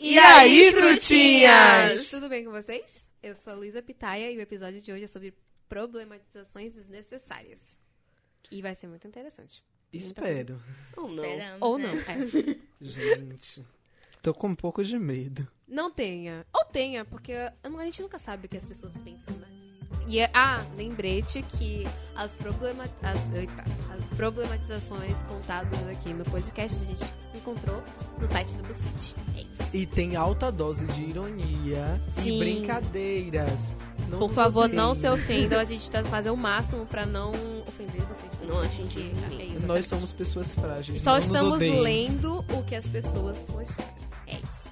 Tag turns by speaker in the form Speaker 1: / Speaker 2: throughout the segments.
Speaker 1: E aí, frutinhas?
Speaker 2: Tudo bem com vocês? Eu sou a Luísa Pitaia e o episódio de hoje é sobre problematizações desnecessárias. E vai ser muito interessante.
Speaker 1: Espero.
Speaker 3: Ou não.
Speaker 4: Esperamos,
Speaker 2: Ou
Speaker 4: né?
Speaker 2: não, é.
Speaker 1: Gente, tô com um pouco de medo.
Speaker 2: Não tenha. Ou tenha, porque a gente nunca sabe o que as pessoas pensam, né? E, é- ah, lembrete que as, problema, as, eita, as problematizações contadas aqui no podcast a gente encontrou no site do BuzzFeed. É isso.
Speaker 1: E tem alta dose de ironia
Speaker 2: Sim.
Speaker 1: e brincadeiras. Não
Speaker 2: Por
Speaker 1: nos
Speaker 2: favor, não
Speaker 1: odeiem.
Speaker 2: se ofendam. A gente tá fazendo o máximo pra não ofender vocês.
Speaker 3: Não atinge
Speaker 2: Porque-
Speaker 3: ninguém.
Speaker 2: é isso,
Speaker 1: Nós
Speaker 2: exatamente.
Speaker 1: somos pessoas frágeis.
Speaker 2: Só
Speaker 1: não nos
Speaker 2: estamos
Speaker 1: odeiem.
Speaker 2: lendo o que as pessoas postaram. É isso.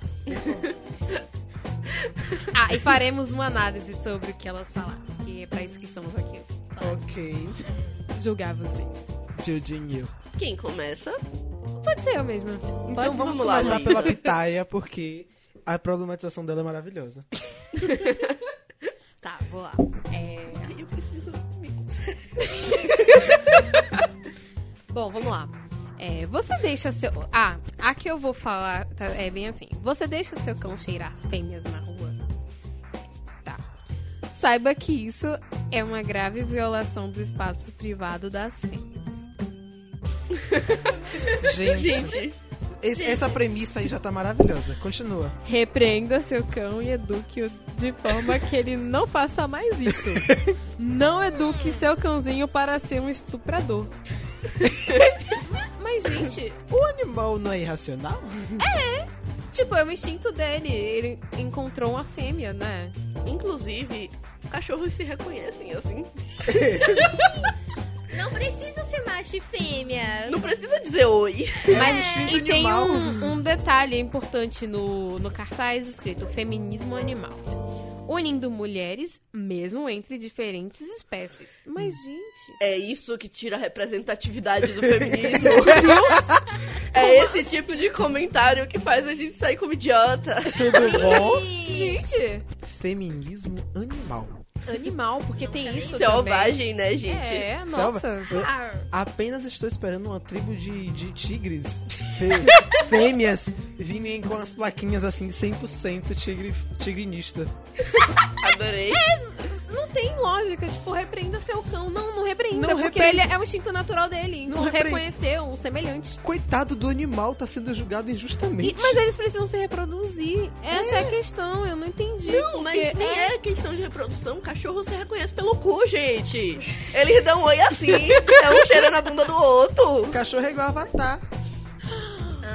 Speaker 2: ah, e faremos uma análise sobre o que elas falaram. Que é pra isso que estamos aqui hoje. Pra
Speaker 1: Ok,
Speaker 2: julgar vocês.
Speaker 1: Judinho.
Speaker 3: Quem começa?
Speaker 2: Pode ser eu mesma.
Speaker 1: Então
Speaker 2: Pode?
Speaker 1: vamos,
Speaker 3: vamos lá,
Speaker 1: começar
Speaker 3: Luísa.
Speaker 1: pela pitaia, porque a problematização dela é maravilhosa.
Speaker 2: Tá, vou lá. É...
Speaker 3: Eu preciso me
Speaker 2: Bom, vamos lá. É, você deixa seu. Ah, a que eu vou falar tá, é bem assim. Você deixa seu cão cheirar fêmeas na rua? Tá. Saiba que isso é uma grave violação do espaço privado das fêmeas.
Speaker 1: Gente,
Speaker 3: Gente,
Speaker 1: es- essa premissa aí já tá maravilhosa. Continua.
Speaker 2: Repreenda seu cão e eduque-o de forma que ele não faça mais isso. Não eduque seu cãozinho para ser um estuprador. Mas, gente,
Speaker 1: O animal não é irracional?
Speaker 2: Tipo, é o instinto dele. Ele encontrou uma fêmea, né?
Speaker 3: inclusive, cachorros se reconhecem assim.
Speaker 4: Não precisa ser macho e fêmea.
Speaker 3: Não precisa dizer oi.
Speaker 1: um
Speaker 2: Mas,
Speaker 1: instinto
Speaker 2: e tem
Speaker 1: animal.
Speaker 2: um, um detalhe importante no, no cartaz escrito feminismo animal. Unindo mulheres, mesmo entre diferentes espécies. Mas, gente.
Speaker 3: É isso que tira a representatividade do feminismo. é esse tipo de comentário que faz a gente sair como idiota.
Speaker 1: Tudo bom?
Speaker 2: Gente,
Speaker 1: Feminismo animal.
Speaker 2: animal, porque tem isso também.
Speaker 3: Selvagem, né, gente?
Speaker 2: É,
Speaker 1: Selva-
Speaker 2: nossa.
Speaker 1: Eu
Speaker 4: Arr.
Speaker 1: apenas estou esperando uma tribo de, de tigres. fê- fêmeas virem com as plaquinhas assim, 100% tigre, tigrinista.
Speaker 3: Adorei.
Speaker 2: Não tem lógica, tipo, repreenda seu cão. Não, não repreenda,
Speaker 1: Não
Speaker 2: porque
Speaker 1: repreenda.
Speaker 2: ele é o instinto natural dele.
Speaker 1: Não
Speaker 2: Não
Speaker 1: repreenda.
Speaker 2: reconhecer um semelhante.
Speaker 1: Coitado do animal, tá sendo julgado
Speaker 2: E-
Speaker 1: injustamente.
Speaker 2: mas
Speaker 3: é-
Speaker 2: eles precisam se reproduzir. Essa é, a questão, eu não entendi.
Speaker 3: Não, mas
Speaker 2: porque-
Speaker 3: nem é questão de reprodução. Cachorro se reconhece pelo cu, gente. Eles dão oi assim, é um cheirando a bunda do outro.
Speaker 1: O cachorro é igual Avatar.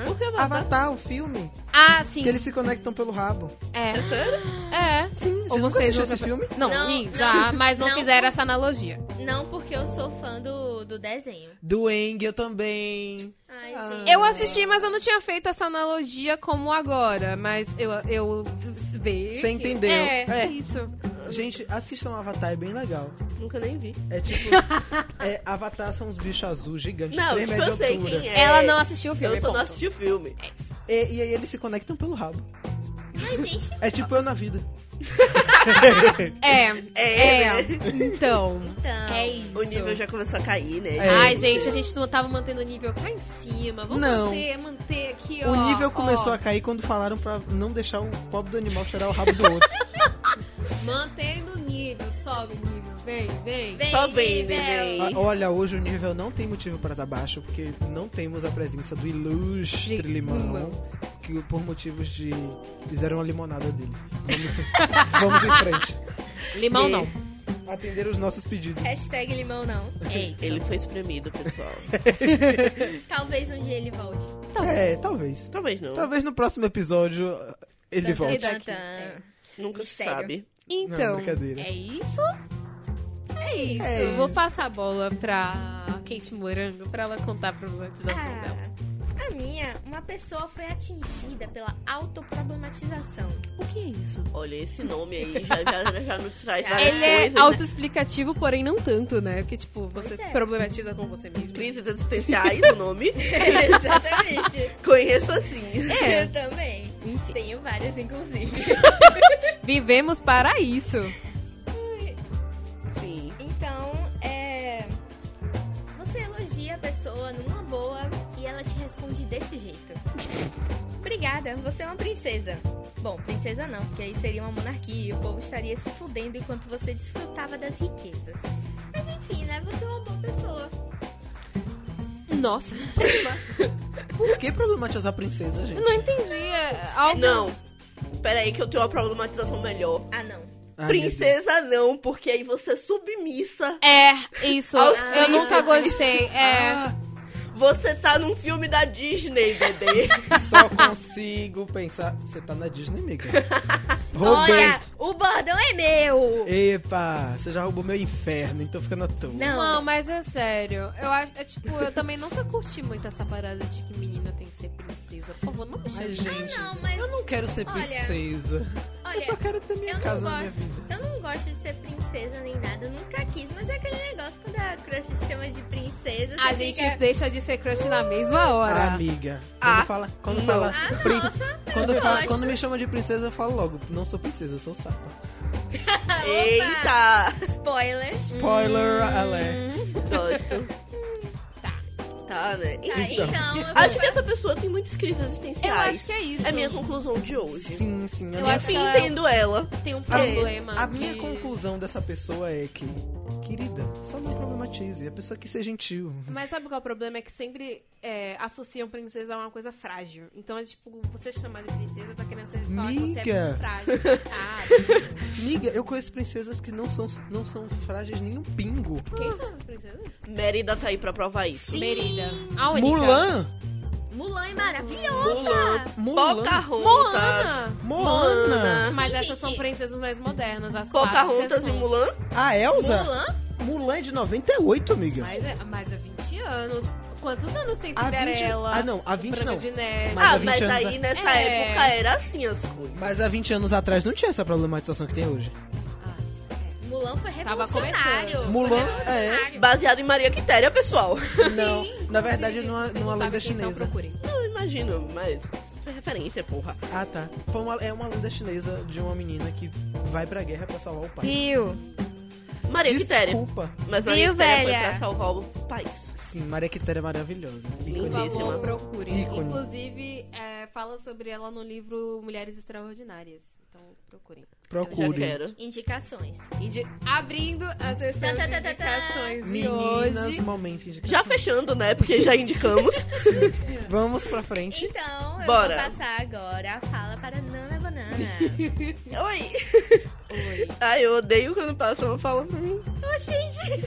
Speaker 3: Por que avatar?
Speaker 1: Avatar, o filme.
Speaker 2: Ah, sim.
Speaker 1: Que eles se conectam pelo rabo.
Speaker 2: É.
Speaker 3: É sério?
Speaker 2: É.
Speaker 1: Sim,
Speaker 2: Ou
Speaker 1: você nunca
Speaker 2: você
Speaker 1: assistiu
Speaker 2: nunca
Speaker 1: esse filme?
Speaker 2: Não,
Speaker 4: Não,
Speaker 2: sim,
Speaker 4: não,
Speaker 2: já, mas não,
Speaker 4: não.
Speaker 2: fizeram essa analogia.
Speaker 4: Não porque eu sou fã do, do desenho.
Speaker 1: Do Engel também.
Speaker 4: Ai,
Speaker 1: Ah.
Speaker 4: gente.
Speaker 2: Eu
Speaker 3: é.
Speaker 2: assisti, mas eu não tinha feito essa analogia como agora. Mas eu, eu vejo.
Speaker 1: Você entendeu.
Speaker 2: É,
Speaker 1: É.
Speaker 2: isso.
Speaker 1: Gente, assistam Avatar, é bem legal.
Speaker 3: Nunca nem vi.
Speaker 1: É tipo. é, Avatar são uns bichos azuis gigantes,
Speaker 3: Não,
Speaker 1: três
Speaker 3: tipo,
Speaker 1: metros
Speaker 3: eu
Speaker 1: de
Speaker 3: sei
Speaker 1: altura.
Speaker 3: quem é.
Speaker 2: Ela não assistiu o filme.
Speaker 3: Eu só não
Speaker 2: ponto.
Speaker 3: assisti o filme.
Speaker 2: É isso.
Speaker 1: E, e aí eles se conectam pelo rabo.
Speaker 4: Ai, gente.
Speaker 1: É tipo eu na vida.
Speaker 2: É, é.
Speaker 3: É, né?
Speaker 2: Então.
Speaker 4: Então.
Speaker 2: É isso.
Speaker 3: O nível já começou a cair, né?
Speaker 1: É.
Speaker 2: Ai, gente, a gente não tava mantendo o nível cá em cima. Vamos
Speaker 1: Não.
Speaker 2: manter, manter aqui, ó.
Speaker 1: o nível
Speaker 2: ó.
Speaker 1: começou a cair quando falaram pra não deixar o pobre do animal cheirar o rabo do outro.
Speaker 2: Mantendo o nível, sobe o nível, vem, vem.
Speaker 4: Vem,
Speaker 3: Só vem,
Speaker 4: Bel.
Speaker 1: Ah, Olha, hoje o nível não tem motivo para estar baixo, porque não temos a presença do ilustre
Speaker 2: De-
Speaker 1: limão,
Speaker 2: Limão.
Speaker 1: que por motivos de. fizeram uma limonada dele. Vamos, vamos em frente.
Speaker 2: Limão não.
Speaker 1: Atender os nossos pedidos.
Speaker 4: Hashtag limão não. É isso.
Speaker 3: Ele foi espremido, pessoal.
Speaker 4: Talvez um dia ele volte.
Speaker 1: É, talvez.
Speaker 3: Talvez não.
Speaker 1: Talvez no próximo episódio ele
Speaker 2: Tanto-
Speaker 1: volte.
Speaker 2: Ele daqui.
Speaker 4: Tantã.
Speaker 3: Nunca se
Speaker 4: Mistério.
Speaker 3: sabe.
Speaker 1: Não,
Speaker 2: Então,
Speaker 1: brincadeira.
Speaker 2: é isso? É isso.
Speaker 1: É isso.
Speaker 2: Vou passar a bola pra Kate Morango pra ela contar a problematização dela.
Speaker 4: Ah, a minha, uma pessoa foi atingida pela autoproblematização.
Speaker 2: O que é isso?
Speaker 3: Olha, esse nome aí já, já, já nos traz
Speaker 4: Já.
Speaker 3: várias
Speaker 2: Ele
Speaker 3: coisas,
Speaker 2: é
Speaker 3: né?
Speaker 2: autoexplicativo, porém não tanto, né? Porque, tipo,
Speaker 4: Pois
Speaker 2: você
Speaker 4: é.
Speaker 2: problematiza com você mesmo.
Speaker 3: Crises existenciais, o nome.
Speaker 4: Exatamente.
Speaker 3: Conheço assim.
Speaker 2: É,
Speaker 4: Eu também. Tenho várias, inclusive.
Speaker 2: vivemos para isso.
Speaker 3: Sim.
Speaker 4: Então, é. Você elogia a pessoa numa boa e ela te responde desse jeito. Obrigada, linda, você é uma princesa. Bom, princesa não, porque aí seria uma monarquia e o povo estaria se fudendo enquanto você desfrutava das riquezas. Mas enfim, né? Você é uma boa pessoa.
Speaker 2: Nossa,
Speaker 1: Por que problematizar a princesa, gente?
Speaker 2: eu não entendi. É algo...
Speaker 3: Não. Pera aí que eu tenho uma problematização melhor.
Speaker 4: Ah, não.
Speaker 1: Ah,
Speaker 3: Princesa não, porque aí você é submissa.
Speaker 2: É, isso.
Speaker 3: Aos
Speaker 2: eu
Speaker 3: filhos,
Speaker 2: nunca
Speaker 3: né?
Speaker 2: gostei. É.
Speaker 1: Ah,
Speaker 3: Você tá num filme da Disney, bebê.
Speaker 1: só consigo pensar. Você tá na Disney, amiga. Roubei.
Speaker 4: Olha, o bordão é meu!
Speaker 1: Epa, você já roubou meu inferno, então fica na tua.
Speaker 4: Não.
Speaker 2: Não, mas é sério. Eu acho, é tipo, eu também nunca curti muito essa parada de que menina tem que ser princesa. Por favor, não me
Speaker 1: Ai,
Speaker 2: chame.
Speaker 1: gente.
Speaker 4: Ah, não, mas-
Speaker 1: Eu não quero ser
Speaker 4: Olha,
Speaker 1: princesa. eu
Speaker 4: Olha,
Speaker 1: só quero ter minha
Speaker 4: eu não
Speaker 1: casa na minha
Speaker 4: gosto.
Speaker 1: vida.
Speaker 4: eu não gosto de ser princesa nem nada, eu nunca quis, mas é aquele negócio quando a crush te chama de princesa.
Speaker 2: A
Speaker 4: você é
Speaker 2: gente
Speaker 4: fica-
Speaker 2: deixa de ser crush na mesma hora.
Speaker 1: Amiga. Quando
Speaker 3: Ah,
Speaker 1: fala. Quando
Speaker 3: não.
Speaker 1: fala.
Speaker 4: Ah,
Speaker 1: prin-
Speaker 4: nossa!
Speaker 1: quando,
Speaker 4: eu
Speaker 1: fala
Speaker 4: gosto.
Speaker 1: quando me chama de princesa, eu falo logo. Não sou princesa, eu sou sapa.
Speaker 4: Hum.
Speaker 3: Eita!
Speaker 4: Spoiler!
Speaker 1: Spoiler alert.
Speaker 3: Gosto. Tá, né?
Speaker 4: Tá,
Speaker 1: Então.
Speaker 4: então. eu vou
Speaker 3: Acho que essa pessoa tem muitas crises
Speaker 2: Eu
Speaker 3: existenciais.
Speaker 2: acho que é isso.
Speaker 3: É a minha conclusão de hoje.
Speaker 1: Sim, sim. a
Speaker 2: Eu
Speaker 1: minha-
Speaker 4: é
Speaker 2: acho que
Speaker 3: Sim,
Speaker 2: ela
Speaker 3: entendo ela.
Speaker 2: tem um
Speaker 1: a-
Speaker 2: problema.
Speaker 1: A
Speaker 2: de-
Speaker 1: minha conclusão dessa pessoa é que, querida, só não problematize. A pessoa que ser gentil.
Speaker 2: Mas sabe qual é o problema? É que sempre é, associam princesa a uma coisa frágil. Então é tipo, você chamar de princesa pra criança de falar que você é
Speaker 1: Miga.
Speaker 2: frágil. Ah,
Speaker 1: Amiga, eu conheço princesas que não são, não são frágeis nem um pingo.
Speaker 2: quem são as princesas?
Speaker 3: Mérida tá aí pra provar isso.
Speaker 4: Sim.
Speaker 2: Merida. A única.
Speaker 1: Mulan!
Speaker 4: Mulan é maravilhosa!
Speaker 3: Mulan.
Speaker 1: Mulan!
Speaker 3: Pocahontas.
Speaker 2: Moana.
Speaker 1: Moana!
Speaker 2: Mas
Speaker 4: Sim,
Speaker 2: essas são
Speaker 4: gente.
Speaker 2: princesas mais modernas, as
Speaker 3: Pocahontas
Speaker 2: clássicas
Speaker 3: e
Speaker 2: são-
Speaker 3: Mulan?
Speaker 1: A Elsa?
Speaker 4: Mulan?
Speaker 1: Mulan é de 98, amiga.
Speaker 2: Mas, é- mas há 20 anos. Quantos anos tem
Speaker 1: A 20
Speaker 2: Cinderela?
Speaker 1: Ah, não, a 20
Speaker 2: Branca
Speaker 1: não.
Speaker 2: de Neve.
Speaker 1: Mas
Speaker 3: ah,
Speaker 1: há 20
Speaker 3: mas
Speaker 1: anos
Speaker 3: aí
Speaker 1: a-
Speaker 3: nessa
Speaker 2: É.
Speaker 3: época era assim as coisas.
Speaker 1: Mas há 20 anos atrás não tinha essa problematização que tem hoje.
Speaker 4: Mulan foi
Speaker 2: Ah, Tava
Speaker 4: revolucionário.
Speaker 2: começando.
Speaker 1: Mulan
Speaker 4: foi
Speaker 1: é.
Speaker 4: revolucionário.
Speaker 3: Baseado em Maria Quitéria, pessoal.
Speaker 1: Não, na verdade,
Speaker 2: Inclusive,
Speaker 1: numa,
Speaker 2: se vocês
Speaker 1: numa
Speaker 2: não
Speaker 1: lenda
Speaker 2: sabem quem são,
Speaker 1: chinesa.
Speaker 2: procurem.
Speaker 3: Não imagino, mas. Foi referência, porra.
Speaker 1: Ah, tá. Foi uma- é uma lenda chinesa de uma menina que vai pra guerra pra salvar o pai.
Speaker 4: Viu?
Speaker 3: Maria Quitéria.
Speaker 1: Desculpa.
Speaker 3: Mas Maria
Speaker 4: Viu,
Speaker 3: Quitéria foi
Speaker 4: velha?
Speaker 3: pra salvar o país.
Speaker 1: Sim, Maria Quitéria é maravilhosa.
Speaker 2: Por
Speaker 1: Ícone.
Speaker 3: Lindíssima.
Speaker 2: favor, procurem.
Speaker 1: Ícone.
Speaker 2: Inclusive, é, fala sobre ela no livro Mulheres Extraordinárias. Então, procurem.
Speaker 3: Já
Speaker 1: Procure.
Speaker 3: quero.
Speaker 4: Indicações.
Speaker 2: E de- abrindo a sessão de
Speaker 4: Tá, tá, tá, tá, tá.
Speaker 2: indicações de
Speaker 1: Meninas,
Speaker 2: hoje.
Speaker 1: momento de
Speaker 3: Já fechando, né? Porque já indicamos.
Speaker 1: Vamos pra frente.
Speaker 4: Então, eu
Speaker 3: Bora.
Speaker 4: vou passar agora a fala para Nana Banana.
Speaker 1: É
Speaker 3: Oi.
Speaker 2: Oi.
Speaker 3: Ai, eu odeio quando passa uma fala pra mim.
Speaker 4: oh, gente!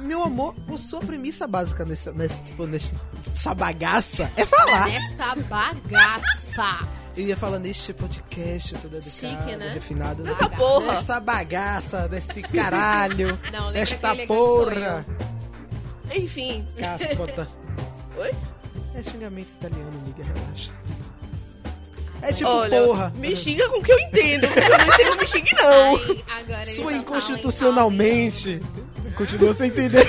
Speaker 1: Meu amor, a sua premissa básica nessa, nessa, tipo, nessa essa bagaça é falar.
Speaker 2: Nessa bagaça.
Speaker 1: Eu ia falar neste podcast toda educada,
Speaker 2: Chique, né?
Speaker 1: refinada.
Speaker 3: Nessa porra.
Speaker 1: Essa bagaça desse caralho.
Speaker 2: Não, lembra
Speaker 1: esta
Speaker 2: aquele que
Speaker 1: porra.
Speaker 3: né? Enfim.
Speaker 1: Caspota.
Speaker 3: Oi?
Speaker 1: É xingamento italiano, amiga, relaxa. É tipo
Speaker 3: Olha,
Speaker 1: porra.
Speaker 3: me xinga com o que eu entendo. Porque eu não entendo, me xingue não.
Speaker 2: Aí, agora eles só
Speaker 1: Sua
Speaker 2: falam e
Speaker 1: inconstitucionalmente. Continua sem entender.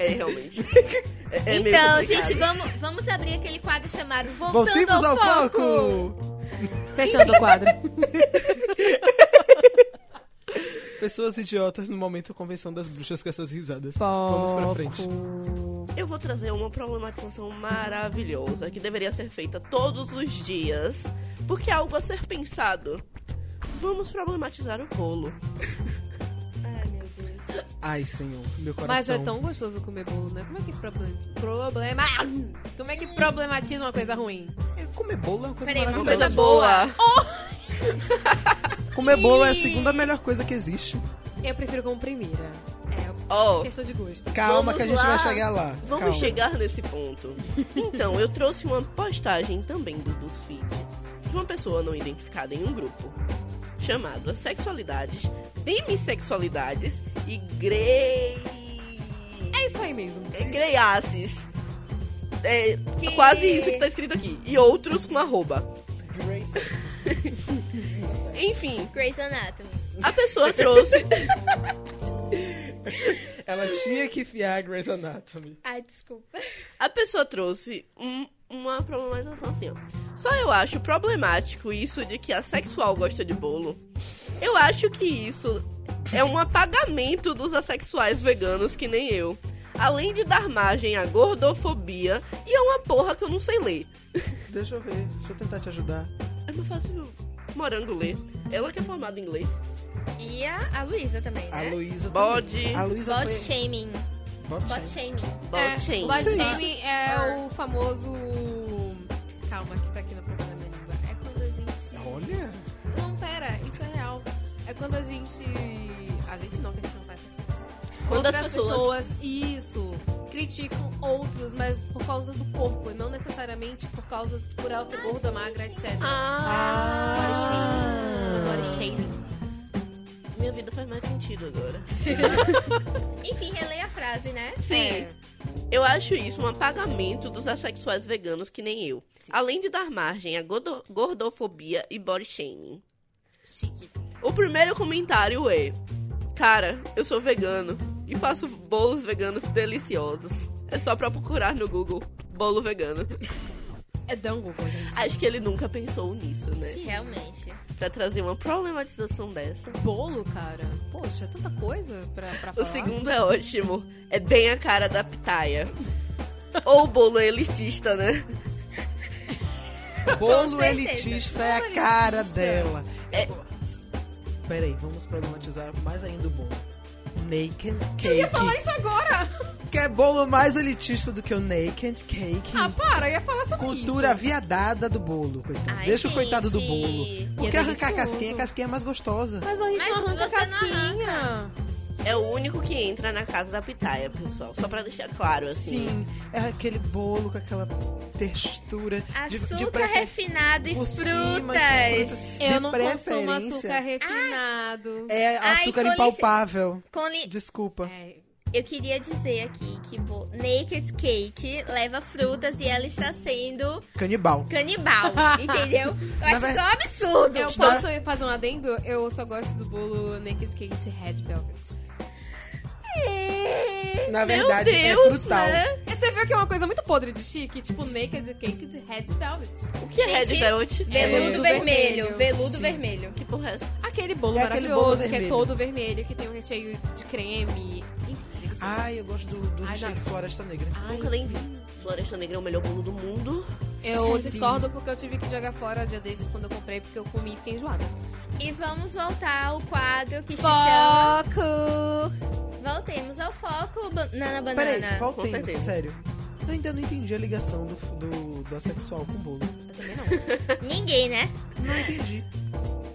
Speaker 3: É, realmente. É, é meio
Speaker 4: então,
Speaker 3: complicado.
Speaker 4: gente, vamos, vamos abrir aquele quadro chamado Voltando
Speaker 1: Voltemos ao foco.
Speaker 2: falam. Fechando o quadro.
Speaker 1: Pessoas idiotas no momento convenção das bruxas com essas risadas. Vamos pra frente.
Speaker 2: Foco.
Speaker 3: Eu vou trazer uma problematização maravilhosa que deveria ser feita todos os dias, porque é algo a ser pensado. Vamos problematizar o bolo.
Speaker 4: Ai, meu Deus.
Speaker 1: Ai, senhor, meu coração.
Speaker 2: Mas é tão gostoso comer bolo, né? Como é que problema... problema... Como é que problematiza uma coisa ruim?
Speaker 1: É, Comer bolo é uma coisa
Speaker 4: Peraí, uma
Speaker 1: maravilhosa.
Speaker 3: Coisa boa.
Speaker 1: Comer bolo é a segunda melhor coisa que existe.
Speaker 2: Eu prefiro como primeira. É
Speaker 3: Ó,
Speaker 2: questão de gosto.
Speaker 1: Calma
Speaker 3: Vamos
Speaker 1: que a gente
Speaker 3: lá.
Speaker 1: vai chegar lá.
Speaker 3: vamos
Speaker 1: Calma.
Speaker 3: chegar nesse ponto. Então, eu trouxe uma postagem também do BuzzFeed de uma pessoa não identificada em um grupo chamado As Sexualidades, Demissexualidades e Grey...
Speaker 2: É isso aí mesmo.
Speaker 3: É Greiaces. É
Speaker 4: Que-
Speaker 3: quase isso que tá escrito aqui. E outros com arroba. Enfim,
Speaker 4: Grey's Anatomy.
Speaker 3: a pessoa trouxe.
Speaker 1: Ela tinha que fiar a Grey's Anatomy.
Speaker 4: Ai, desculpa.
Speaker 3: A pessoa trouxe um- uma problematização assim, ó. Só eu acho problemático isso de que a sexual gosta de bolo. Eu acho que isso é um apagamento dos assexuais veganos que nem eu. além de dar margem à gordofobia e a uma porra que eu não sei ler.
Speaker 1: Deixa eu ver, deixa eu tentar te ajudar.
Speaker 3: É mais fácil morango ler. Ela que é formada em inglês.
Speaker 4: E a, a Luísa também,
Speaker 1: A
Speaker 3: É?
Speaker 4: né?
Speaker 1: Luísa.
Speaker 3: Bode.
Speaker 1: A Luísa.
Speaker 4: Body
Speaker 1: foi-
Speaker 4: shaming.
Speaker 1: Bode
Speaker 4: Body
Speaker 1: shape.
Speaker 4: shaming.
Speaker 2: É,
Speaker 3: Bode.
Speaker 2: body
Speaker 1: Sim.
Speaker 2: shaming é o famoso. Calma, que tá aqui na ponta da minha língua. É quando a gente.
Speaker 1: Olha.
Speaker 2: Não, pera, isso é real. É quando a gente. A gente não, que a gente não faz essas coisas.
Speaker 3: Quando as
Speaker 2: Outras
Speaker 3: pessoas-
Speaker 2: Isso. Criticam outros, mas por causa do corpo, e não necessariamente por causa por ela ser gorda, magra, etc.
Speaker 1: Ah.
Speaker 2: Body shaming. Body shaming.
Speaker 3: Minha vida faz mais sentido agora.
Speaker 4: Enfim, releia a frase, né?
Speaker 3: Sim. É. Eu acho isso um apagamento dos assexuais veganos que nem eu. Além de dar margem a godo- gordofobia e body shaming.
Speaker 2: Chique.
Speaker 3: O primeiro comentário é: Cara, eu sou vegano e faço bolos veganos deliciosos. É só pra procurar no Google bolo vegano.
Speaker 2: É dango, gente.
Speaker 3: Acho que ele nunca pensou nisso, né?
Speaker 4: Sim, realmente.
Speaker 3: Pra trazer uma problematização dessa.
Speaker 2: Bolo, cara. Poxa, tanta coisa pra, pra
Speaker 3: O
Speaker 2: falar.
Speaker 3: segundo é ótimo. É bem a cara da pitaia. Ou o bolo é elitista, né?
Speaker 1: Bolo
Speaker 4: certeza.
Speaker 1: elitista é a
Speaker 4: Bolo
Speaker 1: cara
Speaker 4: elitista.
Speaker 1: dela. É... Peraí, vamos problematizar mais ainda o bolo. Naked
Speaker 2: Fala
Speaker 1: cake.
Speaker 2: isso agora!
Speaker 1: Que é bolo mais elitista do que o naked cake.
Speaker 2: Ah, para, eu ia falar sobre
Speaker 1: Cultura
Speaker 2: isso.
Speaker 1: viadada do bolo, coitado.
Speaker 4: Ai,
Speaker 1: Deixa o
Speaker 4: gente.
Speaker 1: coitado do bolo.
Speaker 4: E é
Speaker 1: Porque arrancar a
Speaker 2: delicioso.
Speaker 1: casquinha, a casquinha é mais gostosa.
Speaker 2: Mas a gente
Speaker 4: Mas
Speaker 2: não arranca a
Speaker 4: você não
Speaker 2: casquinha.
Speaker 3: É o único que entra na casa da pitaia, pessoal. Só pra deixar claro, assim.
Speaker 1: Sim, é aquele bolo com aquela textura de, de
Speaker 4: Açúcar
Speaker 1: prefe-
Speaker 4: refinado e
Speaker 1: por
Speaker 4: frutas.
Speaker 1: cima, assim, frutas.
Speaker 2: Eu
Speaker 1: de
Speaker 2: não consumo
Speaker 1: preferência,
Speaker 2: açúcar refinado.
Speaker 1: É
Speaker 4: Ai,
Speaker 1: açúcar
Speaker 4: com licença.
Speaker 1: impalpável.
Speaker 4: Com li-
Speaker 3: Ah.
Speaker 1: Desculpa.
Speaker 2: É,
Speaker 4: Eu queria dizer aqui que bo- Naked Cake leva frutas e ela está sendo
Speaker 1: Canibal.
Speaker 4: canibal, entendeu? Eu acho
Speaker 1: ver-
Speaker 4: isso um absurdo.
Speaker 2: Eu posso fazer um adendo? Eu só gosto do bolo Naked Cake Red Velvet.
Speaker 1: Na
Speaker 3: Meu
Speaker 1: verdade, é
Speaker 3: Deus,
Speaker 1: frutal.
Speaker 3: né?
Speaker 2: E Você viu que é uma coisa muito podre de chique? Tipo, Naked Cake Red Velvet.
Speaker 3: O que é
Speaker 4: Gente,
Speaker 3: Red Velvet?
Speaker 4: Veludo
Speaker 2: É.
Speaker 4: vermelho, veludo
Speaker 1: Sim.
Speaker 4: vermelho.
Speaker 3: Que porra é essa?
Speaker 2: Aquele bolo
Speaker 1: É aquele bolo
Speaker 2: maravilhoso que é
Speaker 1: vermelho.
Speaker 2: todo vermelho, que tem um recheio de creme. Enfim, delicioso.
Speaker 1: Ai, eu gosto do, do
Speaker 2: Ai,
Speaker 1: recheio
Speaker 2: não.
Speaker 1: de floresta negra.
Speaker 2: Ai,
Speaker 3: Nunca nem vi. Floresta Negra é o melhor bolo do mundo.
Speaker 2: eu
Speaker 1: sim.
Speaker 2: discordo porque eu tive que jogar fora o dia desses quando eu comprei, porque eu comi e fiquei enjoada.
Speaker 4: E vamos voltar ao quadro que se chama...
Speaker 2: Foco!
Speaker 4: Voltemos ao foco, Banana
Speaker 1: Peraí,
Speaker 4: Banana.
Speaker 3: com
Speaker 1: voltemos,
Speaker 3: certeza.
Speaker 1: sério. Eu ainda não entendi a ligação do, do, do assexual com o bolo.
Speaker 2: Eu também não.
Speaker 4: Ninguém, né?
Speaker 1: Não entendi.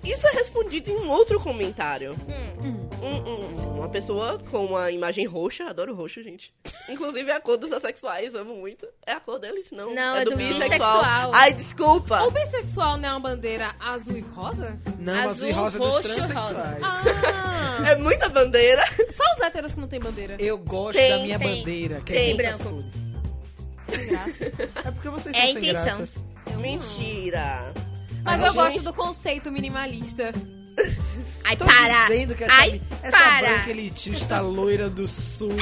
Speaker 3: Isso é respondido em um outro comentário.
Speaker 4: Hum.
Speaker 3: Um- um- uma pessoa com uma imagem roxa, adoro roxo, gente. Inclusive é a cor dos assexuais, amo muito. É a cor deles, não.
Speaker 4: Não, é
Speaker 3: é
Speaker 4: do bissexual.
Speaker 3: bissexual. Ai, desculpa.
Speaker 2: O bissexual não é uma bandeira azul e rosa?
Speaker 1: Não,
Speaker 4: Azul,
Speaker 1: azul e rosa
Speaker 4: roxo,
Speaker 1: dos transexuais.
Speaker 2: Ah!
Speaker 3: É muita bandeira.
Speaker 2: Só os héteros que não tem bandeira.
Speaker 1: Eu gosto
Speaker 3: Tem,
Speaker 1: da minha
Speaker 4: tem.
Speaker 1: bandeira, que
Speaker 3: Tem,
Speaker 1: é muitas
Speaker 4: branco.
Speaker 1: cores.
Speaker 2: Sem graça.
Speaker 1: É porque vocês
Speaker 4: É a
Speaker 1: são sem
Speaker 4: intenção.
Speaker 1: graças.
Speaker 2: Eu não.
Speaker 3: Mentira.
Speaker 2: Mas
Speaker 1: Ai,
Speaker 2: eu gosto
Speaker 1: gente.
Speaker 2: do conceito minimalista.
Speaker 4: Ai,
Speaker 1: Tô
Speaker 4: para.
Speaker 1: dizendo que essa,
Speaker 4: Ai,
Speaker 1: essa
Speaker 4: para.
Speaker 1: branca elitista loira do sul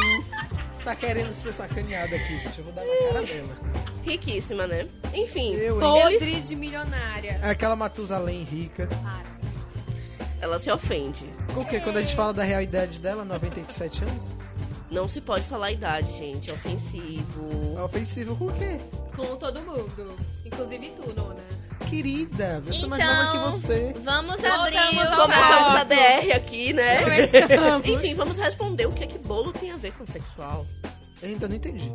Speaker 1: tá querendo ser sacaneada aqui, gente. Eu vou dar na cara dela.
Speaker 3: Riquíssima, né? Enfim,
Speaker 1: Eu, hein?
Speaker 2: Podre de milionária.
Speaker 1: É Aquela Matusalém rica.
Speaker 2: Para.
Speaker 3: ela se ofende.
Speaker 1: O quê? Quando a gente fala da realidade dela, 97 anos?
Speaker 3: Não se pode falar a idade, gente. É ofensivo.
Speaker 1: É ofensivo com o quê?
Speaker 2: Com todo mundo. Inclusive tu, Nona.
Speaker 1: Querida, eu sou mais nova que
Speaker 4: Então,
Speaker 1: você.
Speaker 4: vamos
Speaker 2: Voltamos
Speaker 4: abrir
Speaker 2: ao
Speaker 4: o
Speaker 2: foco.
Speaker 3: Começamos
Speaker 4: foco.
Speaker 3: a DR aqui, né?
Speaker 2: Começamos.
Speaker 3: Enfim, vamos responder o que é que bolo tem a ver com sexual.
Speaker 1: Eu ainda não entendi.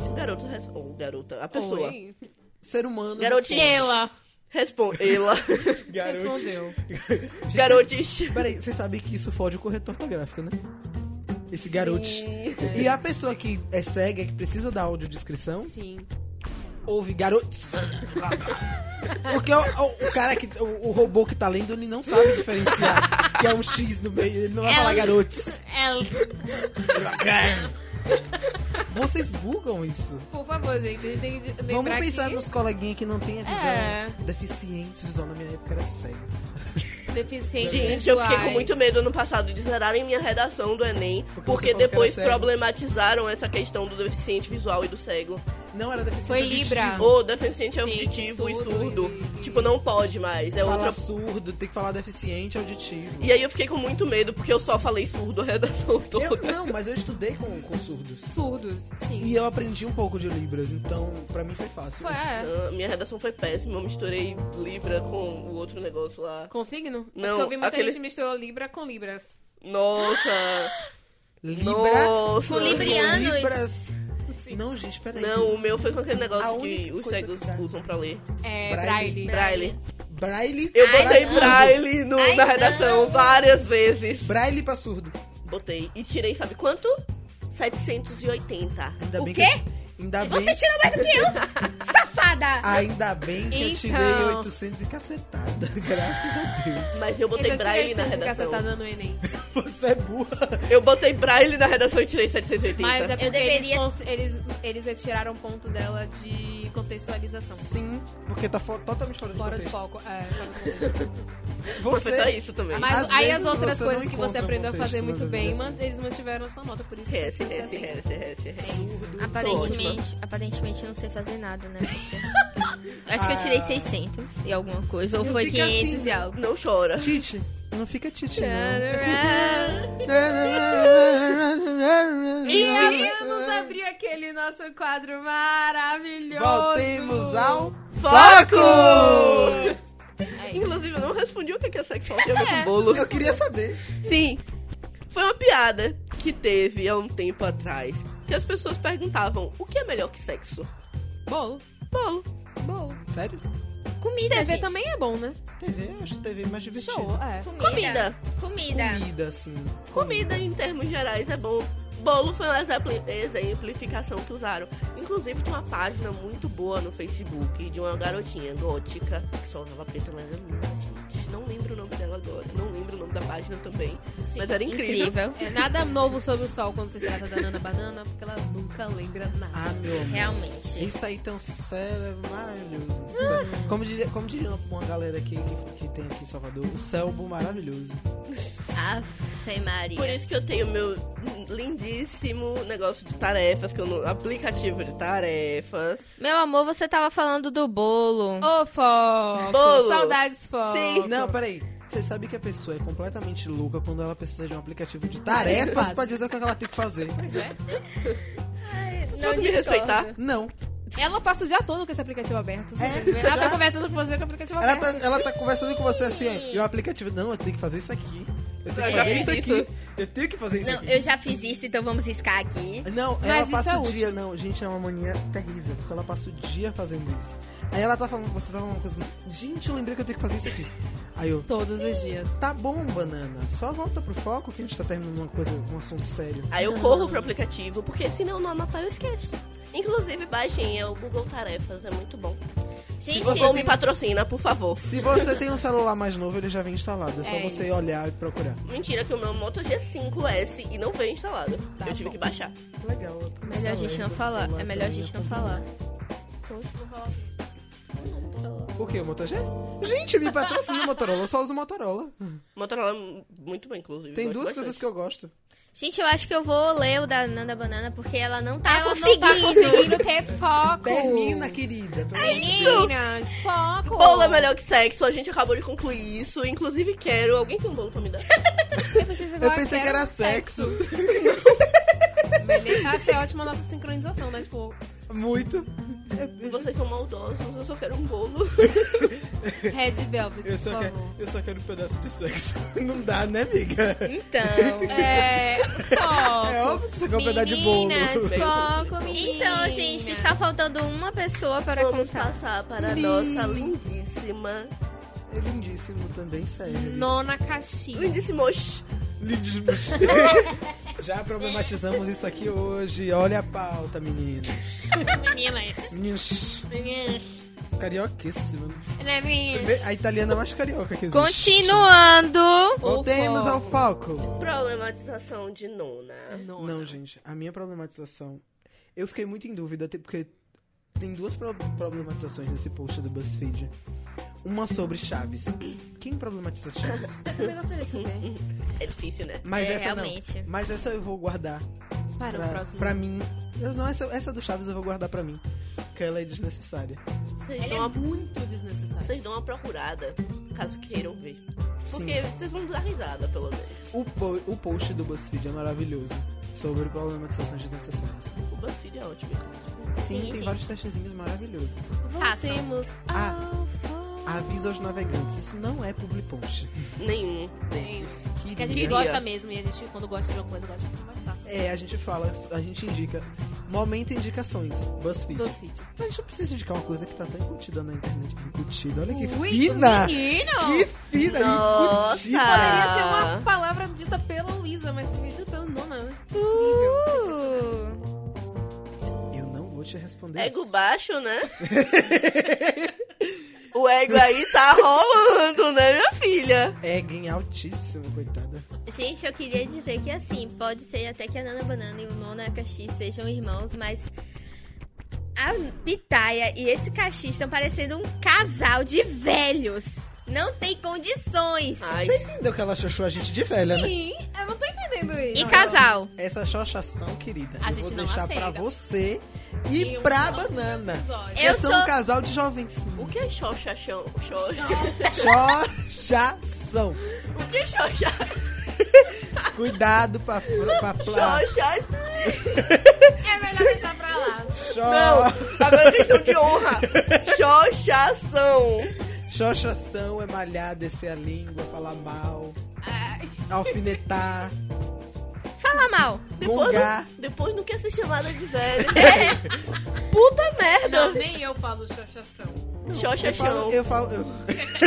Speaker 3: O garoto res... Ou garota, a pessoa.
Speaker 2: Oi.
Speaker 1: Ser humano.
Speaker 3: Garotinho.
Speaker 2: Ela
Speaker 3: Responde. Ela.
Speaker 1: Garoto.
Speaker 2: respondeu.
Speaker 1: Gente,
Speaker 3: Garotish.
Speaker 1: Peraí, vocês sabem que isso fode o corretor ortográfico, né? Esse garoto.
Speaker 3: Sim.
Speaker 1: E a pessoa que é cega, que precisa da audiodescrição,
Speaker 2: Sim.
Speaker 1: ouve garotos. Porque o, o- o cara que. O, o robô que tá lendo, ele não sabe diferenciar que é um X no meio. Ele não vai
Speaker 2: É.
Speaker 1: falar garotos.
Speaker 2: Ela.
Speaker 1: Vocês bugam isso?
Speaker 2: Por favor, gente. A gente tem que lembrar
Speaker 1: Vamos pensar
Speaker 2: que...
Speaker 1: nos coleguinhas que não tem a visão.
Speaker 2: É.
Speaker 3: né?
Speaker 1: Deficiente visual na minha época era cego.
Speaker 2: Deficiente
Speaker 3: Gente, eu fiquei com muito medo ano passado de zerarem minha redação do Enem,
Speaker 1: Porque você
Speaker 3: porque,
Speaker 1: falou que era
Speaker 3: depois
Speaker 1: cego.
Speaker 3: problematizaram essa questão do deficiente visual e do cego.
Speaker 1: Não, era deficiente
Speaker 2: Foi
Speaker 1: auditivo.
Speaker 2: Libra.
Speaker 3: Ou deficiente
Speaker 2: Sim,
Speaker 3: auditivo e
Speaker 2: surdo
Speaker 3: surdo.
Speaker 2: e-
Speaker 3: Tipo, não pode mais. É
Speaker 1: Falar
Speaker 3: outra.
Speaker 1: surdo, tem que falar deficiente auditivo.
Speaker 3: E aí eu fiquei com muito medo porque eu só falei surdo a redação toda.
Speaker 1: Eu, não, mas eu estudei com, com surdos.
Speaker 2: Surdos, sim.
Speaker 1: E eu aprendi um pouco de Libras, então pra mim foi fácil.
Speaker 2: Foi, é.
Speaker 3: Ah, minha redação foi péssima. Eu misturei Libra com o outro negócio lá.
Speaker 2: Com signo?
Speaker 3: Não,
Speaker 2: É porque eu vi muita
Speaker 3: aquele-
Speaker 2: gente misturou Libra com Libras.
Speaker 3: Nossa!
Speaker 1: Libra.
Speaker 3: Nossa!
Speaker 4: Com libriano. Librianos.
Speaker 1: Libras. Não, gente, peraí.
Speaker 3: Não, o meu foi com aquele
Speaker 1: A
Speaker 3: negócio
Speaker 1: única
Speaker 3: que os
Speaker 1: coisa
Speaker 3: cegos
Speaker 1: que dá.
Speaker 3: usam pra ler.
Speaker 2: É,
Speaker 1: Braille.
Speaker 2: Braille.
Speaker 1: Braille.
Speaker 3: Braille. Eu
Speaker 4: Ai,
Speaker 3: botei
Speaker 4: não.
Speaker 3: Braille no-
Speaker 4: Ai,
Speaker 3: na redação
Speaker 4: não.
Speaker 3: várias vezes.
Speaker 1: Braille pra surdo.
Speaker 3: Botei. E tirei, sabe quanto? 780.
Speaker 1: Ainda
Speaker 4: O
Speaker 1: bem
Speaker 4: quê?
Speaker 1: Que eu, ainda bem,
Speaker 4: Você tirou mais do que eu, safada!
Speaker 1: ainda bem que eu tirei
Speaker 2: Então.
Speaker 1: 800 e cacetada. Graças a Deus.
Speaker 3: Mas eu botei
Speaker 2: eu já
Speaker 3: Braille
Speaker 2: tirei
Speaker 3: na
Speaker 2: ciência
Speaker 3: redação.
Speaker 2: cacetada no tá Enem.
Speaker 1: Você é burra.
Speaker 3: Eu botei Braille na redação e tirei 780.
Speaker 2: Mas é porque
Speaker 4: deveria-
Speaker 2: eles, cons- eles, eles retiraram o ponto dela de contextualização.
Speaker 1: Sim, porque tá fo- totalmente fora de
Speaker 2: Fora de
Speaker 1: contexto.
Speaker 2: foco. É, fora de contexto.
Speaker 3: Mas foi só
Speaker 1: Você...
Speaker 3: isso também.
Speaker 2: Mas
Speaker 1: Às
Speaker 2: aí as
Speaker 1: vezes
Speaker 2: outras
Speaker 1: você
Speaker 2: coisas
Speaker 1: não
Speaker 2: que você
Speaker 1: encontra
Speaker 2: aprendeu a
Speaker 1: contexto
Speaker 2: fazer
Speaker 1: nas
Speaker 2: muito bem,
Speaker 1: avaliações.
Speaker 2: man- eles mantiveram a sua nota, por isso que
Speaker 3: Res,
Speaker 2: tem que ser
Speaker 3: res,
Speaker 2: assim.
Speaker 3: res, res, res.
Speaker 1: Surdo.
Speaker 4: Aparentemente, aparentemente eu não sei fazer nada, né? Porque- Acho que eu tirei
Speaker 1: Ah.
Speaker 4: 600 e alguma coisa, ou
Speaker 1: Não
Speaker 4: foi
Speaker 1: fica
Speaker 4: 500
Speaker 1: assim,
Speaker 4: e
Speaker 1: né?
Speaker 4: algo.
Speaker 3: Não chora.
Speaker 1: Tite. Não fica Tite, não.
Speaker 4: Turnaround.
Speaker 2: E vamos abrir aquele nosso quadro maravilhoso.
Speaker 1: Voltemos ao
Speaker 3: Foco!
Speaker 2: É isso.
Speaker 3: Inclusive, eu não respondi o que que é sexual tinha a ver com
Speaker 2: É.
Speaker 3: bolo.
Speaker 1: Eu queria saber.
Speaker 3: Sim, foi uma piada que teve há um tempo atrás. Que as pessoas perguntavam, o que é melhor que sexo?
Speaker 2: Bolo.
Speaker 3: Bolo.
Speaker 2: Bolo.
Speaker 1: Sério?
Speaker 4: Comida,
Speaker 2: TV
Speaker 4: gente.
Speaker 2: também é bom, né?
Speaker 1: TV, eu acho TV mais divertido.
Speaker 2: Show, é.
Speaker 4: Comida.
Speaker 3: Comida.
Speaker 4: Comida.
Speaker 1: Comida, assim.
Speaker 3: Comida, em termos gerais, é bom. Bolo foi uma exempli- exemplificação que usaram. Inclusive, tem uma página muito boa no Facebook de uma garotinha gótica que só usava preto, ela era linda, gente. Não lembro o nome dela agora, não lembro o nome da página também. mas era incrível.
Speaker 4: Incrível.
Speaker 2: É nada novo sobre o sol quando se trata da Nana Banana, porque ela nunca lembra nada.
Speaker 1: Ah, meu amor.
Speaker 4: Realmente.
Speaker 1: Isso aí tem um céu
Speaker 3: Ah.
Speaker 1: maravilhoso. Céu- Como diria, como diria uma galera aqui que, que tem aqui em Salvador, o celbo maravilhoso.
Speaker 4: Afe Maria.
Speaker 3: Por isso que eu tenho meu lindíssimo negócio de tarefas, que eu não, aplicativo de tarefas.
Speaker 4: Meu amor, você tava falando do bolo.
Speaker 2: Ô, foco!
Speaker 3: Bolo.
Speaker 2: Saudades, foco!
Speaker 3: Sim.
Speaker 1: Não, peraí. Você sabe que a pessoa é completamente louca quando ela precisa de um aplicativo de tarefas
Speaker 2: Tarefas.
Speaker 1: pra dizer o que ela tem que fazer.
Speaker 2: Pois é.
Speaker 3: Não me
Speaker 4: discordo.
Speaker 3: respeitar.
Speaker 1: Não.
Speaker 2: Ela passa o dia todo com esse aplicativo aberto. você
Speaker 1: É,
Speaker 2: entendeu? ela
Speaker 1: já.
Speaker 2: tá conversando com você com o aplicativo
Speaker 3: é.
Speaker 1: Ela tá,
Speaker 2: aberto.
Speaker 1: ela tá conversando com você assim, ó, e o aplicativo, não, eu tenho que fazer isso aqui. Eu tenho
Speaker 3: Eu
Speaker 1: que
Speaker 3: já
Speaker 1: fazer
Speaker 3: fiz
Speaker 1: isso
Speaker 3: isso.
Speaker 1: aqui. Eu tenho que fazer isso
Speaker 4: Não,
Speaker 1: aqui.
Speaker 4: eu já fiz isso, então vamos riscar aqui.
Speaker 1: Não,
Speaker 2: Mas
Speaker 1: ela
Speaker 2: isso
Speaker 1: passa
Speaker 2: é
Speaker 1: o dia, não, gente, é uma mania terrível, porque ela passa o dia fazendo isso. Aí ela tá falando, você tá falando uma coisa, assim, gente, eu lembrei que eu tenho que fazer isso aqui. Aí eu,
Speaker 2: Todos os dias.
Speaker 1: tá bom, banana, só volta pro foco que a gente tá terminando uma coisa, um assunto sério.
Speaker 3: Aí eu corro pro aplicativo, porque senão no anotar eu esqueço. Inclusive, baixem, é o Google Tarefas, é muito bom.
Speaker 4: Gente,
Speaker 1: você
Speaker 3: Google
Speaker 1: tem-
Speaker 3: me patrocina, por favor.
Speaker 1: Se você tem um celular mais novo, ele já vem instalado, é só
Speaker 2: É
Speaker 1: você
Speaker 2: isso.
Speaker 1: olhar e procurar.
Speaker 3: Mentira, que o meu Moto G5S e não veio instalado.
Speaker 2: Tá
Speaker 3: eu tive
Speaker 2: bom.
Speaker 3: que baixar.
Speaker 1: Legal.
Speaker 4: melhor a gente não falar. É melhor a gente não
Speaker 1: tá
Speaker 4: falar.
Speaker 1: O que, o Moto G? Gente, me patrocina o Motorola, eu só uso Motorola.
Speaker 3: Motorola é muito bem, inclusive.
Speaker 1: Tem
Speaker 3: gosto
Speaker 1: duas
Speaker 3: bastante.
Speaker 1: coisas que eu gosto.
Speaker 4: Gente, eu acho que eu vou ler o da Nanda Banana porque ela não tá
Speaker 2: ela não
Speaker 4: conseguindo.
Speaker 2: tá conseguindo ter foco.
Speaker 1: Termina, querida. pelo amor de Deus.
Speaker 2: Meninas, foco!
Speaker 3: Bolo é melhor que sexo, a gente acabou de concluir isso. Inclusive, quero. Alguém tem um bolo pra me dar?
Speaker 2: Eu pensei,
Speaker 1: Eu pensei que era sexo.
Speaker 2: Beleza. Achei ótima a nossa sincronização, né? Tipo,
Speaker 1: Muito.
Speaker 3: Vocês são maldosos, eu só quero um bolo.
Speaker 2: Red Velvet,
Speaker 1: Eu
Speaker 2: por
Speaker 1: só,
Speaker 2: favor.
Speaker 1: quero, eu só quero um pedaço de sexo. Não dá, né, amiga?
Speaker 4: Então.
Speaker 2: É, foco.
Speaker 1: É óbvio que você quer um pedaço de bolo.
Speaker 2: Meninas, foco, meninas.
Speaker 4: Então, gente, está faltando uma pessoa para
Speaker 3: Vamos
Speaker 4: contar.
Speaker 3: passar para a
Speaker 1: Li.
Speaker 3: nossa lindíssima.
Speaker 1: É lindíssimo também, sério.
Speaker 2: Nona caixinha.
Speaker 3: Lindíssimos.
Speaker 1: Lindíssimo. Já problematizamos isso aqui hoje. Olha a pauta, meninas.
Speaker 2: Meninas.
Speaker 1: Meninos.
Speaker 2: Meninas.
Speaker 1: Carioquíssimo.
Speaker 2: Né, meninas?
Speaker 1: A italiana mais carioca que existe.
Speaker 4: Continuando.
Speaker 1: Voltemos
Speaker 2: O
Speaker 1: ao foco.
Speaker 3: Problematização de nona.
Speaker 2: Nona.
Speaker 1: Não, gente, a minha problematização. Eu fiquei muito em dúvida, te- porque tem duas pro- problematizações nesse post do BuzzFeed. Uma sobre Chaves. Quem problematiza Chaves?
Speaker 3: É difícil, né?
Speaker 1: Mas
Speaker 4: É,
Speaker 1: essa
Speaker 4: realmente.
Speaker 1: não. Mas essa eu vou guardar
Speaker 2: Para o
Speaker 1: pra,
Speaker 2: próximo.
Speaker 1: pra mim. Eu- não, essa, essa do Chaves eu vou guardar pra mim. porque ela é desnecessária.
Speaker 3: Vocês
Speaker 2: Ela
Speaker 3: dão,
Speaker 2: é
Speaker 3: uma,
Speaker 2: muito desnecessária.
Speaker 3: vocês dão uma procurada, caso queiram ver.
Speaker 1: Sim.
Speaker 3: Porque vocês vão dar risada, pelo menos.
Speaker 1: O, po- o post do BuzzFeed é maravilhoso sobre problematizações desnecessárias.
Speaker 3: O BuzzFeed é ótimo.
Speaker 1: Sim,
Speaker 4: Sim,
Speaker 1: tem
Speaker 4: sim.
Speaker 1: vários testezinhos maravilhosos.
Speaker 5: Voltemos
Speaker 1: Ah.
Speaker 5: ao foco.
Speaker 1: Avisa aos navegantes, isso não é public post.
Speaker 3: Nenhum.
Speaker 2: Que a gente
Speaker 1: delícia.
Speaker 3: Queria.
Speaker 2: gosta mesmo, e a gente, quando gosta de uma coisa, gosta de conversar.
Speaker 1: É, a gente fala, a gente indica. Momento indicações, BuzzFeed.
Speaker 2: BuzzFeed.
Speaker 1: A gente não precisa indicar uma coisa que tá tão incutida na internet. Incutida, olha que
Speaker 2: Ui,
Speaker 1: fina!
Speaker 2: menino!
Speaker 1: Que fina,
Speaker 3: Nossa!
Speaker 1: incutida!
Speaker 2: Poderia ser
Speaker 3: Ah.
Speaker 2: uma palavra dita pela Luísa, mas foi dita pelo Nona, né?
Speaker 5: Uh,
Speaker 1: Eu não vou te responder
Speaker 2: É
Speaker 3: Ego
Speaker 1: isso.
Speaker 3: baixo, né? o ego aí tá rolando, né, minha filha?
Speaker 1: Egg em É altíssimo, coitada.
Speaker 4: Gente, eu queria dizer que assim, pode ser até que a Nana Banana e o Nona Caxi sejam irmãos, mas a Pitaia e esse Caxi estão parecendo um casal de velhos. Não tem condições.
Speaker 3: Ai,
Speaker 1: Entendeu que ela xoxou a gente de velha, né?
Speaker 2: Sim, eu não tô entendendo isso.
Speaker 4: e casal.
Speaker 1: Essa xoxação, querida,
Speaker 2: A
Speaker 1: eu
Speaker 2: gente
Speaker 1: vou
Speaker 2: não
Speaker 1: deixar
Speaker 2: aceita.
Speaker 1: pra você e,
Speaker 2: E um
Speaker 1: pra
Speaker 2: próximo
Speaker 1: banana.
Speaker 2: episódio.
Speaker 4: Eu
Speaker 1: Eu sou
Speaker 4: sou-
Speaker 1: um casal de jovens.
Speaker 3: o que é xoxa, xão- xoxa?
Speaker 1: Xoxação.
Speaker 3: O que é xoxa?
Speaker 1: Cuidado pra, fr- pra plá.
Speaker 3: Xoxa?
Speaker 2: É melhor deixar pra lá.
Speaker 3: Não,
Speaker 1: Xó-
Speaker 3: agora é questão de honra. Xoxação.
Speaker 1: Xoxação é malhar, descer a língua, falar mal,
Speaker 2: Ai,
Speaker 1: alfinetar,
Speaker 4: Fala mal.
Speaker 3: Depois
Speaker 1: gongar.
Speaker 3: não, depois não quer ser chamada de velho. Puta merda.
Speaker 2: não, nem eu falo chachação.
Speaker 3: Xoxa,
Speaker 1: Eu
Speaker 3: xão.
Speaker 1: falo, eu falo, eu...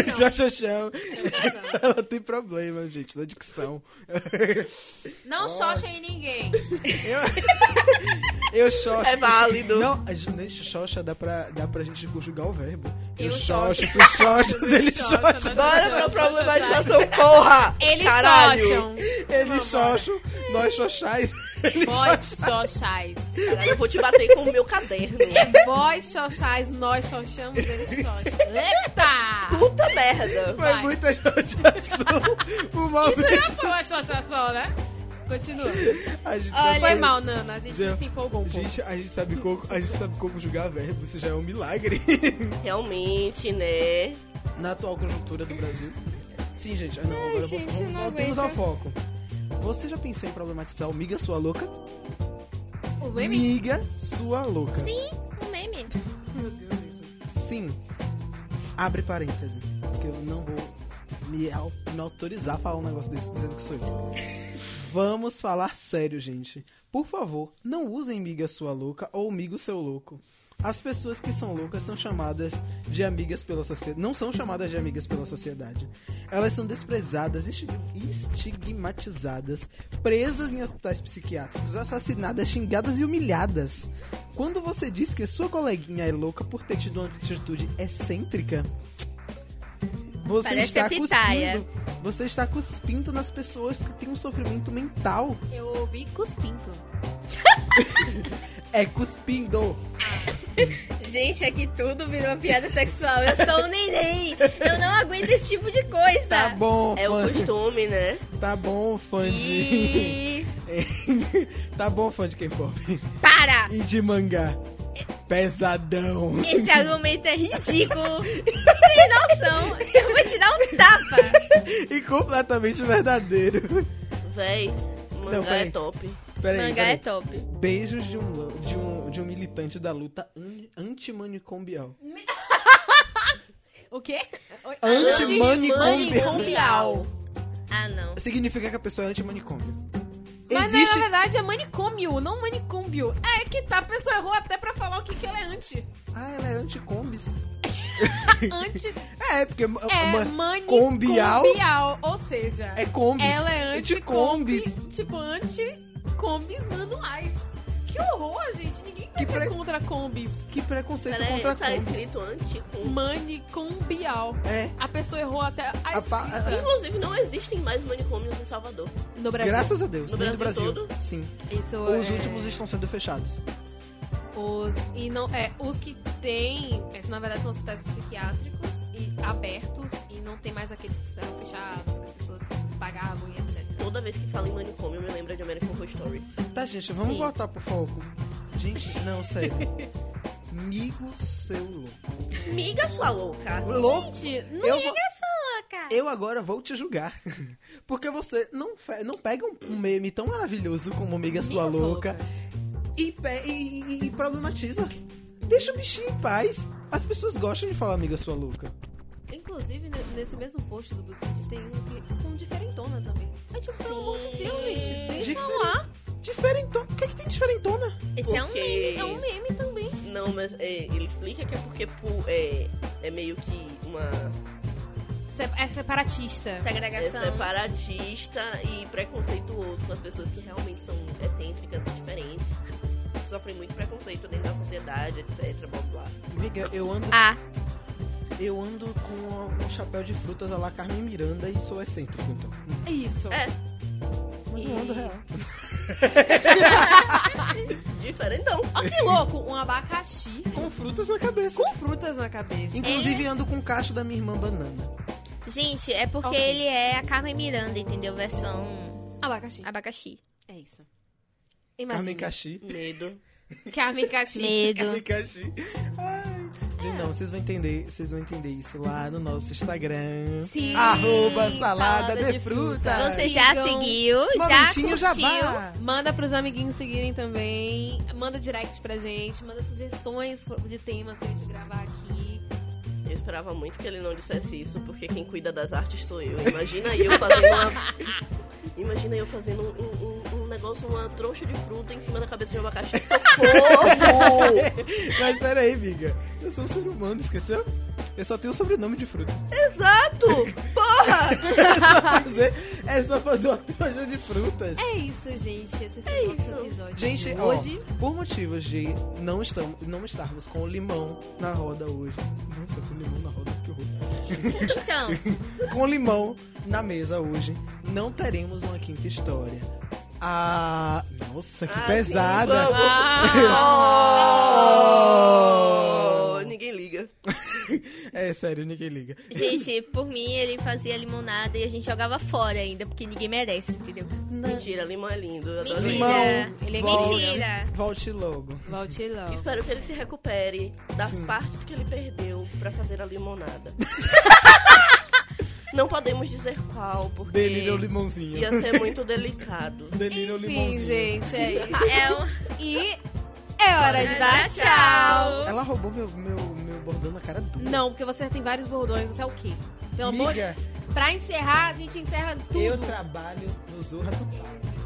Speaker 2: Chachação.
Speaker 1: Xoxação.
Speaker 2: chachação.
Speaker 1: Ela tem problema, gente, na dicção.
Speaker 2: Não xoxa em ninguém.
Speaker 1: Eu, eu xoxo.
Speaker 3: É válido.
Speaker 1: Não, a gente- nem xoxa dá pra, dá pra gente conjugar o verbo. Eu,
Speaker 2: Eu
Speaker 1: xoxo,
Speaker 2: xoxo.
Speaker 1: tu xoxas, ele
Speaker 2: Xoxa,
Speaker 1: xoxa.
Speaker 2: nós xoxamos,
Speaker 3: Bora pra
Speaker 2: xoxamos.
Speaker 3: problematização, porra.
Speaker 2: Eles
Speaker 3: Caralho.
Speaker 2: xoxam.
Speaker 1: Ele xoxo, nós xoxais. Ele
Speaker 2: Vós
Speaker 1: xoxa.
Speaker 2: xoxais.
Speaker 3: Caralho, eu vou te bater com o meu caderno.
Speaker 2: É vós xoxais, nós xoxamos, eles xoxam. Eita!
Speaker 3: Puta merda.
Speaker 1: Foi
Speaker 2: vai.
Speaker 1: muita xoxação. O mal
Speaker 2: Isso é- já foi uma xoxação, né? Continua.
Speaker 1: a gente
Speaker 2: Olha,
Speaker 1: sabe-
Speaker 2: foi mal, Nana. A gente
Speaker 1: Deu.
Speaker 2: se empolgou um pouco.
Speaker 1: Gente, a gente sabe como, a gente sabe como conjugar verbo, isso já é um milagre.
Speaker 3: Realmente, né?
Speaker 1: Na atual conjuntura do Brasil. Sim, gente. Ah, não, agora eu vou-
Speaker 4: gente,
Speaker 1: vamos,
Speaker 4: não
Speaker 1: voltemos
Speaker 4: aguento.
Speaker 1: ao foco. Você já pensou em problematizar o miga sua louca?
Speaker 2: O meme?
Speaker 1: Miga sua louca.
Speaker 4: Sim. Um meme.
Speaker 2: Meu Deus, isso.
Speaker 1: Sim. Abre parêntese. Porque eu não vou me, au- me autorizar a falar um negócio desse dizendo que sou eu. Vamos falar sério, gente. Por favor, não usem miga sua louca ou migo seu louco. As pessoas que são loucas são chamadas de amigas pela sociedade. Não são chamadas de amigas pela sociedade. Elas são desprezadas, estig- estigmatizadas, presas em hospitais psiquiátricos, assassinadas, xingadas e humilhadas. Quando você diz que sua coleguinha é louca por ter tido uma atitude excêntrica, você
Speaker 4: Parece a
Speaker 1: está
Speaker 4: pitaia.
Speaker 1: cuspindo. Você está cuspindo nas pessoas que têm um sofrimento mental.
Speaker 2: Eu ouvi cuspinto.
Speaker 1: É cuspindo.
Speaker 4: Gente, aqui tudo virou uma piada sexual. Eu sou um neném. Eu não aguento esse tipo de coisa.
Speaker 1: Tá bom,
Speaker 3: É o
Speaker 1: fã.
Speaker 3: costume, né?
Speaker 1: Tá bom, fã de.
Speaker 4: E...
Speaker 1: tá bom, fã de K-pop.
Speaker 4: Para!
Speaker 1: E de mangá. Pesadão.
Speaker 4: Esse argumento é ridículo. Sem noção. Eu vou te dar um tapa.
Speaker 1: E completamente verdadeiro.
Speaker 3: Véi,
Speaker 1: Não,
Speaker 3: mangá
Speaker 1: peraí.
Speaker 3: é top.
Speaker 1: Peraí,
Speaker 4: Mangá
Speaker 1: peraí.
Speaker 4: é top.
Speaker 1: Beijos de um, lo- de um, de um militante da luta an- antimanicomial.
Speaker 2: O quê? Oi?
Speaker 1: Antimanicomial.
Speaker 4: Ah, não.
Speaker 1: Significa que a pessoa é antimanicômio.
Speaker 2: Mas
Speaker 1: Existe.
Speaker 2: na verdade é manicômio, não manicômbio. É que tá, a pessoa errou até pra falar o que, que ela é anti.
Speaker 1: Ah, ela é anticombis.
Speaker 2: Anti
Speaker 1: É, porque. ma-
Speaker 2: é
Speaker 1: ma-
Speaker 2: manicombial.
Speaker 1: combial?
Speaker 2: Ou seja,
Speaker 1: É combis.
Speaker 2: ela é anti-combis.
Speaker 1: Anticombis.
Speaker 2: Tipo, anti-combis manuais. Que horror, gente. Ninguém vai
Speaker 1: Que
Speaker 2: ser
Speaker 1: pre-
Speaker 2: contra combis.
Speaker 1: Que preconceito
Speaker 3: Peraí,
Speaker 1: contra
Speaker 3: tá
Speaker 1: combis.
Speaker 3: escrito anticom.
Speaker 2: Manicombial.
Speaker 1: É.
Speaker 2: A pessoa errou até a
Speaker 1: A pa-
Speaker 2: escrita.
Speaker 3: Inclusive, não existem mais manicômios em Salvador.
Speaker 2: No Brasil.
Speaker 1: Graças a Deus.
Speaker 3: No
Speaker 1: nem
Speaker 3: Brasil
Speaker 1: Sim.
Speaker 2: Isso
Speaker 1: Os
Speaker 2: é-
Speaker 1: últimos estão sendo fechados.
Speaker 2: Os, e não, é, os que tem, é, na verdade, são hospitais psiquiátricos e abertos e não tem mais aqueles que eram fechados, que as pessoas pagavam e etc.
Speaker 3: Toda vez que falo em manicômio, me lembra de American Horror Story.
Speaker 1: Tá, gente, vamos
Speaker 2: Sim.
Speaker 1: voltar pro foco. Gente, não, sério. Migo seu louco.
Speaker 3: Miga sua louca.
Speaker 1: Louco?
Speaker 4: Gente, não
Speaker 1: Eu
Speaker 4: liga
Speaker 1: vou-
Speaker 4: essa louca.
Speaker 1: Eu agora vou te julgar. Porque você não, fe- não pega um- um meme tão maravilhoso como Miga Sua
Speaker 2: Miga Sua
Speaker 1: Louca e, pe- e- e- e problematiza. Deixa o bichinho em paz. As pessoas gostam de falar Miga Sua Louca.
Speaker 2: Inclusive, ne- nesse mesmo post do BuzzFeed tem um que com diferentona também. É tipo, pelo amor de Deus,
Speaker 4: Sim.
Speaker 2: gente, deixa
Speaker 1: Diferente.
Speaker 2: lá.
Speaker 1: Diferentona. O que, é que tem de diferentona?
Speaker 4: Esse é um
Speaker 3: Porque-
Speaker 4: meme,
Speaker 2: É um meme também.
Speaker 3: Não, mas é, ele explica que é porque pô, é, é meio que uma
Speaker 2: Se- É separatista.
Speaker 3: é,
Speaker 4: Segregação.
Speaker 3: separatista e preconceituoso com as pessoas que realmente são excêntricas e diferentes. Sofrem muito preconceito dentro da sociedade, etc. Blá blá.
Speaker 1: Miga, eu ando,
Speaker 4: Ah,
Speaker 1: eu ando com um chapéu de frutas a la Carmen Miranda e sou excêntrico, então.
Speaker 2: É Isso.
Speaker 3: É.
Speaker 1: Mas eu ando
Speaker 2: E-
Speaker 1: real.
Speaker 3: Diferentão.
Speaker 2: Ó que louco, um abacaxi
Speaker 1: Com frutas na cabeça.
Speaker 2: com frutas na cabeça.
Speaker 1: Inclusive, ando com o cacho da minha irmã Banana.
Speaker 4: gente, é porque
Speaker 2: Ok.
Speaker 4: ele é a Carmen Miranda, entendeu? Versão
Speaker 2: Abacaxi.
Speaker 4: abacaxi.
Speaker 2: É isso.
Speaker 1: Carmen
Speaker 2: Imagina.
Speaker 1: Caxi.
Speaker 3: Medo.
Speaker 2: Carmen Caxi.
Speaker 4: Medo.
Speaker 1: Carmen Caxi. Ai.
Speaker 2: É.
Speaker 1: Gente, Não, vocês vão entender, vocês vão entender isso lá no nosso Instagram.
Speaker 2: Sim.
Speaker 1: Arroba salada, de, fruta. Ah.
Speaker 2: fruta.
Speaker 4: Você já
Speaker 2: Sigam.
Speaker 4: seguiu, já
Speaker 1: Um Momentinho
Speaker 4: curtiu.
Speaker 1: jabá.
Speaker 2: Manda pros amiguinhos seguirem também. Manda direct pra gente. Manda sugestões de temas pra gente gravar aqui.
Speaker 3: Eu esperava muito que ele não dissesse isso, porque quem cuida das artes sou eu. Imagina eu fazendo uma. Imagina eu fazendo um, um- um- um negócio, uma trouxa de fruta em cima da cabeça de um abacaxi. Socorro!
Speaker 1: Oh! Mas peraí, amiga. Eu sou um ser humano, esqueceu? Eu só tenho o sobrenome de fruta.
Speaker 3: Exato! Porra!
Speaker 1: Fazer- é só fazer uma trouxa de frutas.
Speaker 2: É isso, gente. Esse foi o nosso
Speaker 3: isso.
Speaker 2: episódio.
Speaker 1: É Gente,
Speaker 2: de
Speaker 1: ó,
Speaker 2: hoje.
Speaker 1: por motivos de não, estamos, não estarmos com o limão na roda hoje. Nossa, tem limão na roda, que horror.
Speaker 4: Então,
Speaker 1: com limão na mesa hoje, não teremos uma quinta história. Ah, nossa, que
Speaker 3: Ah,
Speaker 1: pesada!
Speaker 3: sim, vamos.
Speaker 1: Ah.
Speaker 3: Oh, Ninguém liga.
Speaker 1: É sério, ninguém liga.
Speaker 4: gente, por mim ele fazia limonada e a gente jogava fora ainda, porque ninguém merece, entendeu?
Speaker 3: Mentira, limão é lindo. Eu adoro
Speaker 4: Mentira.
Speaker 3: limão.
Speaker 2: Ele é
Speaker 1: volte,
Speaker 4: mentira.
Speaker 1: Volte logo.
Speaker 2: Volte logo.
Speaker 3: Espero que ele se recupere das
Speaker 1: Sim.
Speaker 3: partes que ele perdeu pra fazer a limonada. Não podemos dizer qual, porque
Speaker 1: Delírio limãozinho.
Speaker 3: ia ser muito delicado.
Speaker 1: Delírio
Speaker 2: assim, Enfim,
Speaker 1: limãozinho.
Speaker 2: gente, é isso.
Speaker 4: É um...
Speaker 2: E é hora de dar tchau.
Speaker 1: Ela roubou meu, meu, meu bordão na cara dura.
Speaker 2: Não, porque você tem vários bordões, você é o quê? Pelo amor de
Speaker 1: Amiga,
Speaker 2: Pra encerrar, a gente encerra tudo.
Speaker 1: eu trabalho no Zorra do Pau.